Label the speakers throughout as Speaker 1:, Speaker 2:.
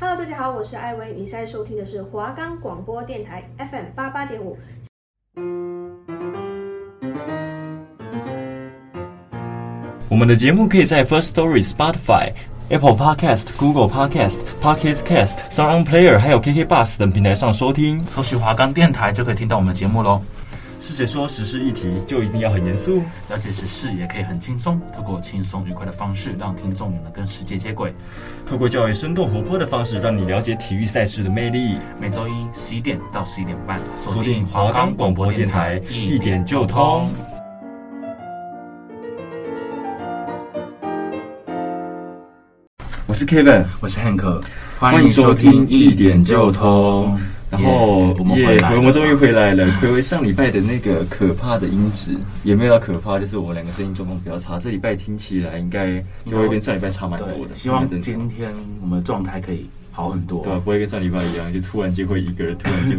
Speaker 1: 大家好，我是艾薇，你现在收听的是华冈广播电台 FM 八八点五。
Speaker 2: 我们的节目可以在 First Story、Spotify、Apple Podcast、Google Podcast、Pocket Cast、Sound On Player 还有 KK Bus 等平台上收听。
Speaker 3: 搜寻华冈电台就可以听到我们的节目喽。
Speaker 2: 是谁说时事议题就一定要很严肃？
Speaker 3: 了解时事也可以很轻松，透过轻松愉快的方式，让听众也能跟世界接轨。
Speaker 2: 透过较为生动活泼的方式，让你了解体育赛事的魅力。
Speaker 3: 每周一十一点到十一点半，
Speaker 2: 锁定华冈广播电台，一点就通。。我是 Kevin，
Speaker 3: 我是 Hank，
Speaker 2: 欢迎收听一点就通。然后
Speaker 3: 耶我们回来了
Speaker 2: 我们终于回来了。回回上礼拜的那个可怕的音质，也没有到可怕，就是我们两个声音状况比较差。这礼拜听起来应该就会跟上礼拜差蛮多的。
Speaker 3: 对，希望
Speaker 2: 真的
Speaker 3: 今天我们的状态可以好很多。
Speaker 2: 对啊吧、不会跟上礼拜一样，就突然间会一个人突然间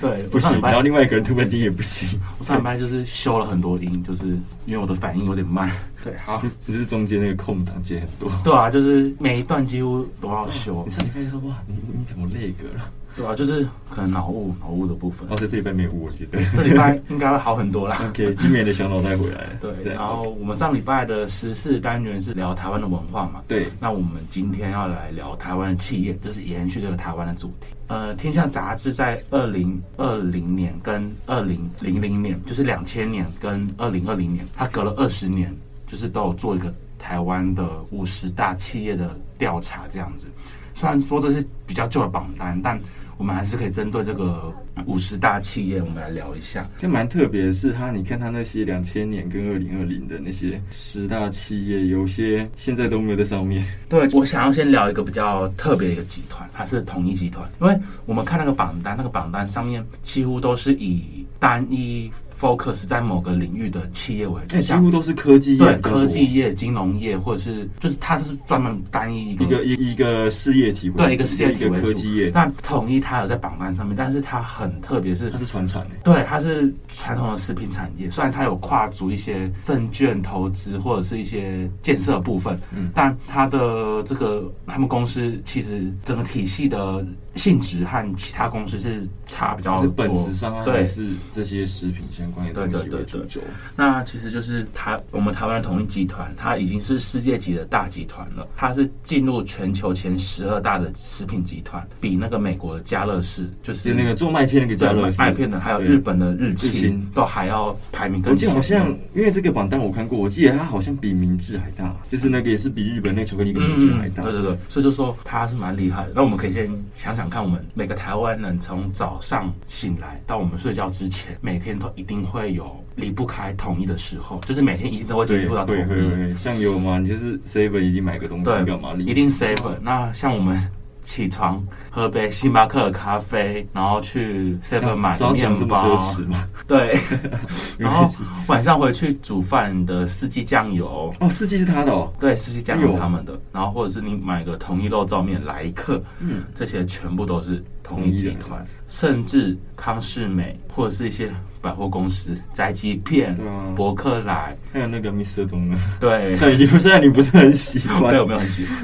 Speaker 3: 对，
Speaker 2: 不
Speaker 3: 我上礼
Speaker 2: 行，
Speaker 3: 拜
Speaker 2: 然后另外一个人突然间也不行。
Speaker 3: 我上礼拜就是修了很多音，就是因为我的反应有 点慢。对，好。
Speaker 2: 你就是中间那个空档接很多。
Speaker 3: 对啊，就是每一段几乎都要修
Speaker 2: 你。上礼拜就说哇，你你怎么那个了？
Speaker 3: 对啊，就是可能脑雾脑雾的部分
Speaker 2: 然后。哦在这礼拜没有我觉得。
Speaker 3: 这礼拜应该会好很多啦。
Speaker 2: OK，今年的小脑袋回来了。
Speaker 3: 对，然后我们上礼拜的时事单元是聊台湾的文化嘛，
Speaker 2: 对
Speaker 3: 那我们今天要来聊台湾的企业，就是延续这个台湾的主题。呃，天下杂志在二零二零年跟二零零零年，就是两千年跟二零二零年，它隔了二十年，就是都有做一个台湾的五十大企业的调查这样子。虽然说这是比较旧的榜单，但我们还是可以针对这个五十大企业，我们来聊一下。
Speaker 2: 这蛮特别的是，他你看他那些两千年跟二零二零的那些十大企业，有些现在都没有在上面。
Speaker 3: 对，我想要先聊一个比较特别的一个集团，它是统一集团。因为我们看那个榜单，那个榜单上面几乎都是以单一 focus 在某个领域的企业为主，
Speaker 2: 哎，几乎都是科技业
Speaker 3: 对
Speaker 2: 比较多，
Speaker 3: 科技业、金融业，或者是就是它是专门单一一
Speaker 2: 一个
Speaker 3: 个。
Speaker 2: 一一个事业体为主，
Speaker 3: 对一个事业体
Speaker 2: 一
Speaker 3: 为
Speaker 2: 个
Speaker 3: 主，
Speaker 2: 科技业，
Speaker 3: 但统一它有在榜单上面，但是它很特别，是
Speaker 2: 它是传产的。
Speaker 3: 对，它是传统的食品产业，虽然它有跨足一些证券投资或者是一些建设部分，
Speaker 2: 嗯
Speaker 3: 但它的这个他们公司其实整个体系的性质和其他公司是差比较
Speaker 2: 是
Speaker 3: 多。
Speaker 2: 本质上它还
Speaker 3: 哦对，
Speaker 2: 是这些食品相关的东西为主轴，
Speaker 3: 那其实就是台我们台湾的统一集团，它已经是世界级的大集团了，它是进入全球前十二大的食品集团，比那个美国的家乐氏就是
Speaker 2: 就那个做麦片那个
Speaker 3: 对
Speaker 2: 家乐氏
Speaker 3: 麦片的，还有
Speaker 2: 对
Speaker 3: 日本的日
Speaker 2: 日
Speaker 3: 清
Speaker 2: 清
Speaker 3: 都还要排名
Speaker 2: 我
Speaker 3: 更
Speaker 2: 记
Speaker 3: 前
Speaker 2: 得
Speaker 3: 面。
Speaker 2: 好像，因为这个榜单我看过，我记得它好像比明治还大，就是那个也是比日本那个巧克力跟明治还大。
Speaker 3: 对对对，所以就说他是蛮厉害的。那我们可以先想想看，我们每个台湾人从早上醒来到我们睡觉之前，每天都一定会有离不开统一的时候，就是每天一定都会接
Speaker 2: 对，
Speaker 3: 触到统
Speaker 2: 会会
Speaker 3: 一，
Speaker 2: 会，像有嘛，你就是 seven 一定买个东西
Speaker 3: 对，
Speaker 2: 干嘛？
Speaker 3: 一定 seven。那像我们。起床喝杯星巴克的咖啡，然后去 seven 买
Speaker 2: 早上这
Speaker 3: 面
Speaker 2: 么
Speaker 3: 包
Speaker 2: 奢，侈吗？
Speaker 3: 对，然
Speaker 2: 没关
Speaker 3: 后
Speaker 2: 系
Speaker 3: 晚上回去煮饭的四季酱油，
Speaker 2: 哦，司机是他的哦。
Speaker 3: 对，司机酱
Speaker 2: 哎
Speaker 3: 油
Speaker 2: 呦
Speaker 3: 他们的，然后或者是你买个同一肉燥面来客，
Speaker 2: 嗯，
Speaker 3: 这些全部都是同一集团，甚至康士美或者是一些百货公司、宅急便
Speaker 2: 对啊、
Speaker 3: 博客来，
Speaker 2: 还有那个 Mr. 东呢？
Speaker 3: 对，
Speaker 2: 虽然你不虽然你不是很喜欢，
Speaker 3: 对， 我没有很喜欢，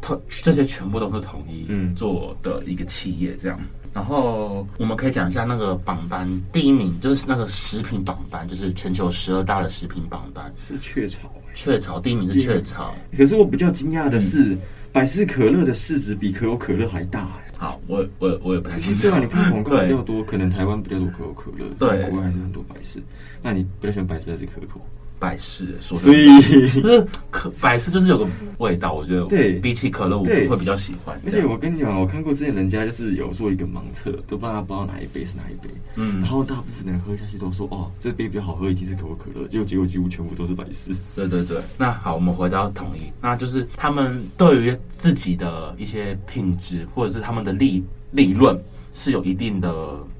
Speaker 3: 同这些全部都是统一
Speaker 2: 嗯
Speaker 3: 做的一个企业这样。然后我们可以讲一下那个榜单，第一名就是那个食品榜单，就是全球十二大的食品榜单，
Speaker 2: 是雀巢欸。
Speaker 3: 雀巢第一名是雀巢。
Speaker 2: 可是我比较惊讶的
Speaker 3: 嗯
Speaker 2: 是，百事可乐的市值比可口可乐还大欸。
Speaker 3: 好，我我我也不太清楚
Speaker 2: 对啊，你看广告比
Speaker 3: 对
Speaker 2: 较多，可能台湾比较多可口可乐，
Speaker 3: 对
Speaker 2: 国外还是很多百事。那你比较喜欢百事还是可口？
Speaker 3: 百事，说
Speaker 2: 所
Speaker 3: 真的
Speaker 2: 以，
Speaker 3: 就是 可百事就是有个味道，我觉得
Speaker 2: 对
Speaker 3: 比起可乐我
Speaker 2: 对
Speaker 3: 会比较喜欢
Speaker 2: 而
Speaker 3: 这
Speaker 2: 且
Speaker 3: 样。
Speaker 2: 我跟你讲，我看过之前人家就是有做一个盲测，都不知道不知道哪一杯是哪一杯，
Speaker 3: 嗯
Speaker 2: 然后大部分的人喝下去都说哦，这杯比较好喝，一定是可口可乐，结果结果几乎全部都是百事。
Speaker 3: 对对对，那好，我们回到统一，那就是他们对于自己的一些品质或者是他们的利利润是有一定的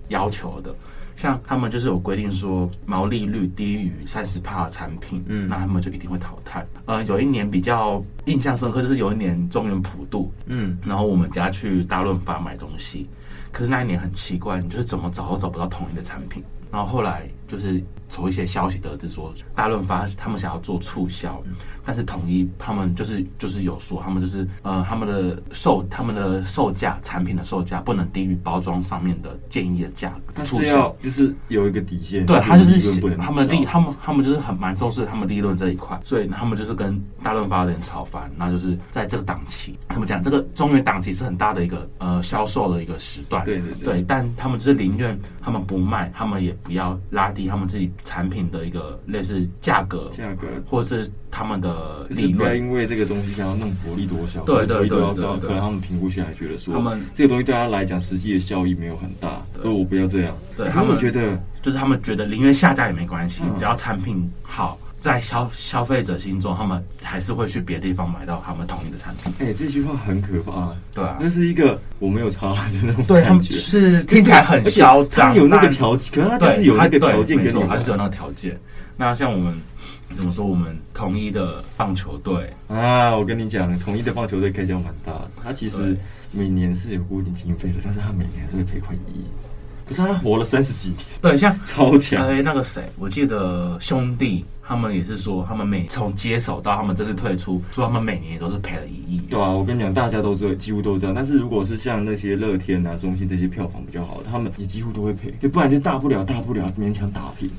Speaker 3: 要求的。像他们就是有规定说，毛利率低于三十帕的产品，
Speaker 2: 嗯
Speaker 3: 那他们就一定会淘汰。呃，有一年比较印象深刻，就是有一年中原普渡，
Speaker 2: 嗯，
Speaker 3: 然后我们家去大润发买东西，可是那一年很奇怪，你就是怎么找都找不到统一的产品。然后后来就是从一些消息得知说，大润发他们想要做促销，但是统一他们就是就是有说，他们就是呃他们的售他们的售价产品的售价不能低于包装上面的建议的价格，
Speaker 2: 它
Speaker 3: 促
Speaker 2: 是
Speaker 3: 销
Speaker 2: 要就是有一个底线，
Speaker 3: 对他就
Speaker 2: 利润
Speaker 3: 是
Speaker 2: 不能
Speaker 3: 他们利，
Speaker 2: 少
Speaker 3: 他们他们就是很蛮重视他们利润这一块，所以他们就是跟大润发有点吵翻，然后就是在这个档期，怎么讲？这个中原档期是很大的一个呃销售的一个时段，
Speaker 2: 对对对
Speaker 3: 对，但他们就是宁愿他们不卖，他们也不要拉低他们自己产品的一个类似价格，
Speaker 2: 价格
Speaker 3: 或者是他们的
Speaker 2: 就是
Speaker 3: 利
Speaker 2: 不要
Speaker 3: 润。
Speaker 2: 因为这个东西想要弄薄利多销，
Speaker 3: 对对
Speaker 2: 薄利多销
Speaker 3: 对对
Speaker 2: 到
Speaker 3: 对
Speaker 2: 可能他们评估下来觉得说，
Speaker 3: 他们
Speaker 2: 这个东西对他来讲实际的效益没有很大，所以我不要这样。
Speaker 3: 对
Speaker 2: 可是
Speaker 3: 他们
Speaker 2: 我觉得
Speaker 3: 就是他们觉得宁愿下架也没关系，
Speaker 2: 嗯
Speaker 3: 只要产品好，在消消费者心中，他们还是会去别的地方买到他们同一的产品。
Speaker 2: 哎、这句话很可怕，
Speaker 3: 对啊，
Speaker 2: 那是一个我没有差的那种
Speaker 3: 对他
Speaker 2: 感
Speaker 3: 们
Speaker 2: 觉。
Speaker 3: 是听起来很嚣张，
Speaker 2: 他有那个
Speaker 3: 但
Speaker 2: 条件，可是他就
Speaker 3: 对，
Speaker 2: 是有那个
Speaker 3: 对
Speaker 2: 条件
Speaker 3: 没
Speaker 2: 跟
Speaker 3: 错
Speaker 2: 你
Speaker 3: 他就是有那个条件。那像我们怎么说，我们统一的棒球队，
Speaker 2: 啊！我跟你讲，统一的棒球队开销蛮大的，他其实
Speaker 3: 对
Speaker 2: 每年是有固定经费的，但是他每年还是会赔款一亿。可是他活了三十几年，
Speaker 3: 对，像
Speaker 2: 超强。
Speaker 3: 哎那个谁，我记得兄弟他们也是说，他们每从接手到他们真正退出，说他们每年都是赔了一亿。
Speaker 2: 对啊，我跟你讲，大家都这几乎都这样。但是如果是像那些乐天啊、中信这些票房比较好的，他们也几乎都会赔，就不然就大不了大不了勉强打平，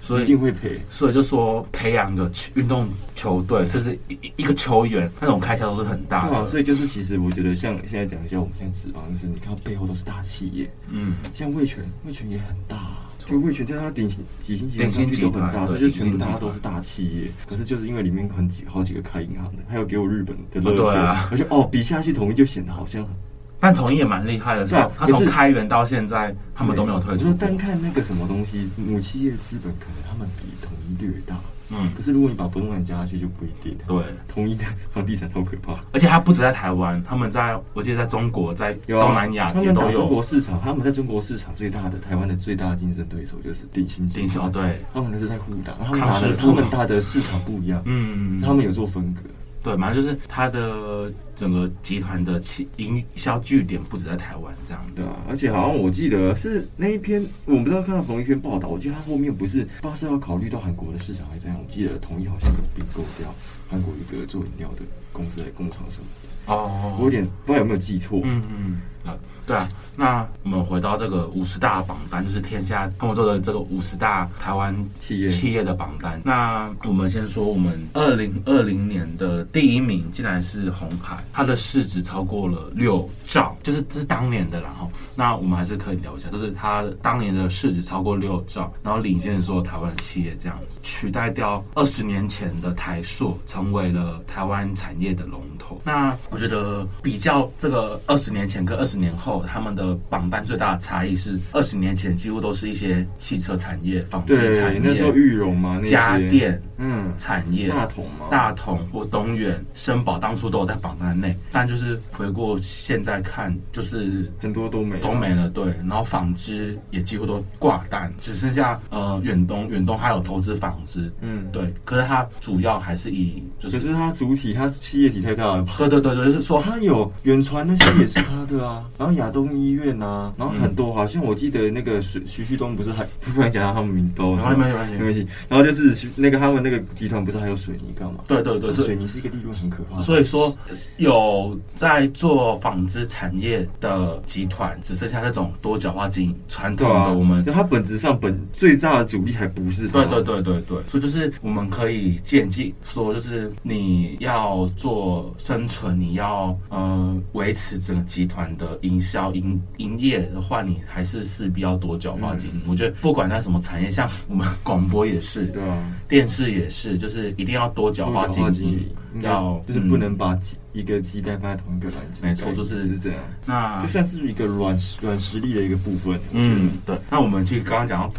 Speaker 3: 所
Speaker 2: 一定
Speaker 3: 以。
Speaker 2: 会赔。
Speaker 3: 所以就说培养个运动球队，甚至一一一个球员，那种开销都是很大
Speaker 2: 对啊，
Speaker 3: 的。
Speaker 2: 所以就是其实我觉得像现在讲一下，我们现在脂肪就是你看它背后都是大企业，
Speaker 3: 嗯，
Speaker 2: 像味全，味全也很大、啊，就味全在它顶几星集团
Speaker 3: 顶薪
Speaker 2: 上去都很
Speaker 3: 集团
Speaker 2: 大，所以
Speaker 3: 对
Speaker 2: 就全部
Speaker 3: 顶薪集团
Speaker 2: 大家都是大企业。可是就是因为里面很几好几个开银行的，还有给我日本的乐
Speaker 3: 哦对
Speaker 2: 天，
Speaker 3: 啊
Speaker 2: 而且哦比下去统一就显得好像很
Speaker 3: 但统一也蛮厉害的，是
Speaker 2: 对啊
Speaker 3: 吧？他从
Speaker 2: 可是
Speaker 3: 开源到现在，他们都没有退
Speaker 2: 我
Speaker 3: 出
Speaker 2: 说
Speaker 3: 过。
Speaker 2: 单看那个什么东西，母企业资本可能他们比统一略大，
Speaker 3: 嗯，
Speaker 2: 可是如果你把不动产加下去就不一定。
Speaker 3: 对。
Speaker 2: 统一的房地产超可怕，
Speaker 3: 而且他不止在台湾，他们在我记得在中国、在东南亚
Speaker 2: 啊他
Speaker 3: 也
Speaker 2: 们
Speaker 3: 都
Speaker 2: 打中国
Speaker 3: 有
Speaker 2: 市场，他们在中国市场最大的台湾的最大的竞争对手就是鼎新集
Speaker 3: 零售。
Speaker 2: 团，
Speaker 3: 对，
Speaker 2: 他们都是在互打，他们
Speaker 3: 康
Speaker 2: 拿
Speaker 3: 师
Speaker 2: 的
Speaker 3: 傅
Speaker 2: 他们打的市场不一样，
Speaker 3: 嗯，
Speaker 2: 他们有做分隔。
Speaker 3: 对，反正就是他的整个集团的企营销据点不止在台湾这样
Speaker 2: 对
Speaker 3: 子。
Speaker 2: 啊，而且好像我记得是那一篇，我不知道看到同一篇报道，我记得他后面不是，不知道是要考虑到韩国的市场还是怎样，我记得统一好像有并购掉韩国一个做饮料的公司来工厂什么的，我有
Speaker 3: 哦，
Speaker 2: 点不知道有没有记错。
Speaker 3: 嗯嗯。啊对啊，那我们回到这个五十大榜单，就是天下他们做的这个五十大台湾
Speaker 2: 企业
Speaker 3: 企业的榜单。那我们先说，我们二零二零年的第一名竟然是红海，它的市值超过了六兆，就是这是当年的啦哈。那我们还是可以聊一下，就是它当年的市值超过六兆，然后领先所有台湾企业这样子，取代掉二十年前的台塑，成为了台湾产业的龙头。那我觉得比较这个二十年前跟二十年后，他们的榜单最大的差异是，二十年前几乎都是一些汽车产业、纺织产
Speaker 2: 对
Speaker 3: 业，，
Speaker 2: 那时候玉荣嘛，那些
Speaker 3: 家电
Speaker 2: 嗯，
Speaker 3: 产业、
Speaker 2: 大同啊嘛，
Speaker 3: 大同或东远、森宝当初都有在榜单内，但就是回过现在看，就是
Speaker 2: 很多都没了
Speaker 3: 都没了，对。然后纺织也几乎都挂单，只剩下呃远东，远东还有投资纺织，
Speaker 2: 嗯，
Speaker 3: 对。可是它主要还是以就
Speaker 2: 可
Speaker 3: 是
Speaker 2: 是它主体它企业体太大了吧？
Speaker 3: 对对对对，就是说
Speaker 2: 它哦有远传那些也是它的啊，然后亚东医院啊，然后很多好像我记得那个徐徐旭东不是还 突然讲到他们名都
Speaker 3: 没关系没关系
Speaker 2: 没关系，然后就是徐那个他们那个集团不是还有水泥干嘛？
Speaker 3: 对对对
Speaker 2: 水
Speaker 3: 对。
Speaker 2: 泥是一个利润很可怕的，
Speaker 3: 所以说，有在做纺织产业的集团，只剩下那种多角化经营传
Speaker 2: 对
Speaker 3: 统
Speaker 2: 啊，
Speaker 3: 的我们
Speaker 2: 就它本质上本最大的主力还不是它
Speaker 3: 对对对对对，所以就是我们可以借鉴说，就是你要做生存，你要呃维持整个集团的营销营营业的话，你还是势必要多角化经
Speaker 2: 嗯
Speaker 3: 营。我觉得不管在什么产业，像我们广播也是，
Speaker 2: 对啊，
Speaker 3: 电视也是，就是一定要多角
Speaker 2: 多
Speaker 3: 化
Speaker 2: 角
Speaker 3: 经
Speaker 2: 化经
Speaker 3: 营
Speaker 2: 营，应该
Speaker 3: 要嗯
Speaker 2: 就是不、能把鸡一个鸡蛋放在同一个篮子里面，
Speaker 3: 没错就是
Speaker 2: 是这样。
Speaker 3: 嗯那
Speaker 2: 就算是一个软软实力的一个部分，我觉得
Speaker 3: 嗯，对。那我们其实刚刚讲到，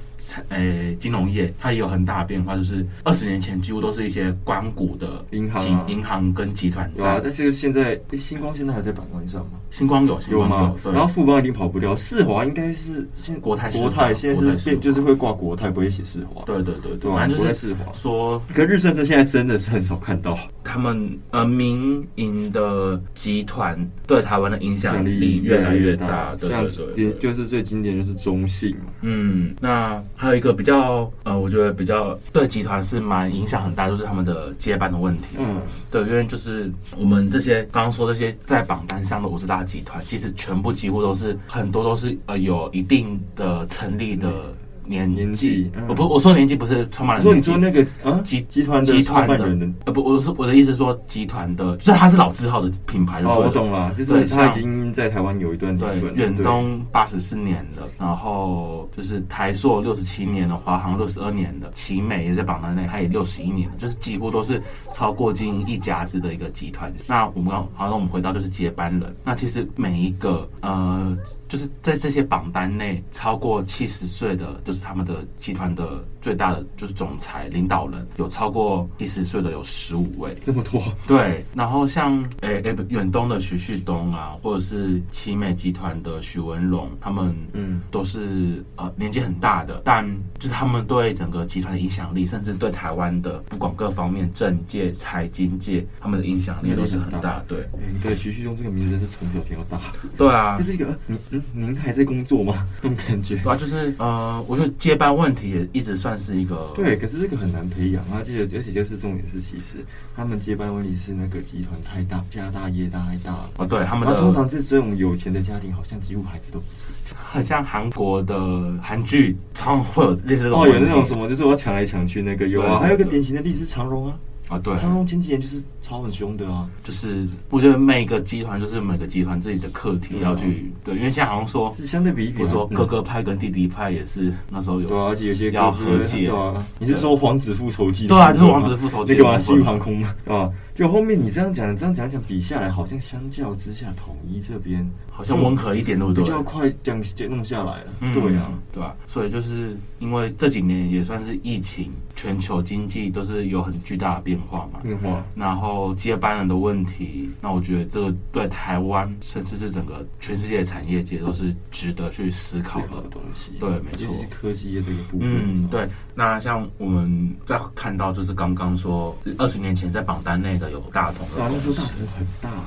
Speaker 3: 呃，金融业它也有很大的变化，就是二十年前几乎都是一些关谷的
Speaker 2: 银行
Speaker 3: 集
Speaker 2: 啊
Speaker 3: 银行跟集团
Speaker 2: 有啊
Speaker 3: 在，，
Speaker 2: 但是现在诶星光现在还在板块上吗？
Speaker 3: 星光有，星
Speaker 2: 有啊
Speaker 3: 光
Speaker 2: 吗
Speaker 3: 有，？对
Speaker 2: 然后富邦一定跑不掉，世华应该是现
Speaker 3: 国泰世华
Speaker 2: 国泰现
Speaker 3: 国
Speaker 2: 在是
Speaker 3: 泰世华
Speaker 2: 变就是会挂国泰，不会写世华。
Speaker 3: 对对对
Speaker 2: 对
Speaker 3: 对，
Speaker 2: 啊
Speaker 3: 反正
Speaker 2: 国
Speaker 3: 就
Speaker 2: 泰
Speaker 3: 是
Speaker 2: 世华
Speaker 3: 说
Speaker 2: 可日盛世现在真的是很少看到，
Speaker 3: 他们呃民营的集团对台湾的影响
Speaker 2: 奖
Speaker 3: 力
Speaker 2: 励
Speaker 3: 越来越大
Speaker 2: 大，，
Speaker 3: 对
Speaker 2: 像
Speaker 3: 对对
Speaker 2: 也
Speaker 3: 对
Speaker 2: 就是最经典就是中信嘛，
Speaker 3: 嗯，那还有一个比较呃，我觉得比较对集团是蛮影响很大，就是他们的接班的问题。
Speaker 2: 嗯，
Speaker 3: 对，因为就是我们这些刚刚说这些在榜单上的五十大集团，其实全部几乎都是很多都是呃有一定的成立的年
Speaker 2: 年纪嗯
Speaker 3: 我不我说年纪不是充满了
Speaker 2: 说你
Speaker 3: 年纪
Speaker 2: 说那个啊
Speaker 3: 集
Speaker 2: 集团的
Speaker 3: 集
Speaker 2: 创
Speaker 3: 团
Speaker 2: 办人的
Speaker 3: 的呃不，我是我的意思是说集团的，就是它是老字号的品牌就对
Speaker 2: 哦，
Speaker 3: 了。
Speaker 2: 我懂了，就
Speaker 3: 对
Speaker 2: 是他
Speaker 3: 像
Speaker 2: 已经在台湾有一段年
Speaker 3: 对
Speaker 2: 份，了，
Speaker 3: 远
Speaker 2: 对
Speaker 3: 东八十四年了，然后就是台塑六十七年了，华航六十二年了，奇美也在榜单内，它也六十一年了，就是几乎都是超过经营一甲子的一个集团。那我们刚好，那我们回到就是接班人，那其实每一个呃，就是在这些榜单内超过七十岁的，就是他们的集团的最大的就是总裁领导人，有超过七十岁的有十五位，
Speaker 2: 这么多，
Speaker 3: 对，然后像诶诶不远东的徐旭东啊，或者是奇美集团的许文龙，他们
Speaker 2: 嗯，
Speaker 3: 都是呃年纪很大的，但就是他们对整个集团的影响力，甚至对台湾的不管各方面政界、财经界，他们的影响力都是很
Speaker 2: 影响
Speaker 3: 大
Speaker 2: 大。
Speaker 3: 对，
Speaker 2: 嗯对，徐旭东这个名字真是从小听到大，
Speaker 3: 对啊
Speaker 2: 就，是一个呃您嗯您还在工作吗？那种感觉。
Speaker 3: 对啊，就是呃，我觉得接班问题也一直算是一个
Speaker 2: 对，可是这个很难培养啊，而且而且就是重点是，其实他们接班问题是那个集团太大，家大业大太大了。
Speaker 3: 哦，对他
Speaker 2: 然
Speaker 3: 们
Speaker 2: 后
Speaker 3: 的
Speaker 2: 通常是这种有钱的家庭，好像几乎孩子都不是。
Speaker 3: 很像韩国的韩剧，常常会有类似这种
Speaker 2: 哦，有
Speaker 3: 问
Speaker 2: 那种
Speaker 3: 题
Speaker 2: 什么，就是我要抢来抢去那个有
Speaker 3: 对对
Speaker 2: 啊，还有一个
Speaker 3: 对
Speaker 2: 典型的例子是长荣啊，
Speaker 3: 啊，对，
Speaker 2: 长荣前几年就是超很凶的啊，
Speaker 3: 就是我觉得每个集团就是每个集团自己的课题
Speaker 2: 嗯
Speaker 3: 要去、对，因为现在好像说，
Speaker 2: 是相对比一比
Speaker 3: 我
Speaker 2: 啊，
Speaker 3: 说
Speaker 2: 嗯
Speaker 3: 哥哥派跟弟弟派也是那时候有
Speaker 2: 对啊，而且有些
Speaker 3: 要
Speaker 2: 公司
Speaker 3: 和解
Speaker 2: 对啊。你是说皇子复仇记的
Speaker 3: 对啊
Speaker 2: 那个吗？
Speaker 3: 就是皇子复仇记
Speaker 2: 那个吗？
Speaker 3: 的部
Speaker 2: 西
Speaker 3: 分
Speaker 2: 域航空嘛，啊，就后面你这样讲，这样讲讲比下来，好像相较之下，统一这边
Speaker 3: 好像温和一点，对不
Speaker 2: 比
Speaker 3: 对？
Speaker 2: 较快这样弄下来了。
Speaker 3: 嗯
Speaker 2: 对啊，，
Speaker 3: 对啊，所以就是因为这几年也算是疫情，全球经济都是有很巨大的变化嘛。
Speaker 2: 变化
Speaker 3: 然后接班人的问题，那我觉得这个对台湾，甚至是整个全世界的产业界都是值得去思考
Speaker 2: 最
Speaker 3: 的
Speaker 2: 好的。东西，
Speaker 3: 对没错
Speaker 2: 尤其是科技业这个部分，
Speaker 3: 嗯，对。那像我们在看到，就是刚刚说二十年前在榜单内的有大同的
Speaker 2: 啊，那时
Speaker 3: 公
Speaker 2: 候
Speaker 3: 司
Speaker 2: 大同很大欸，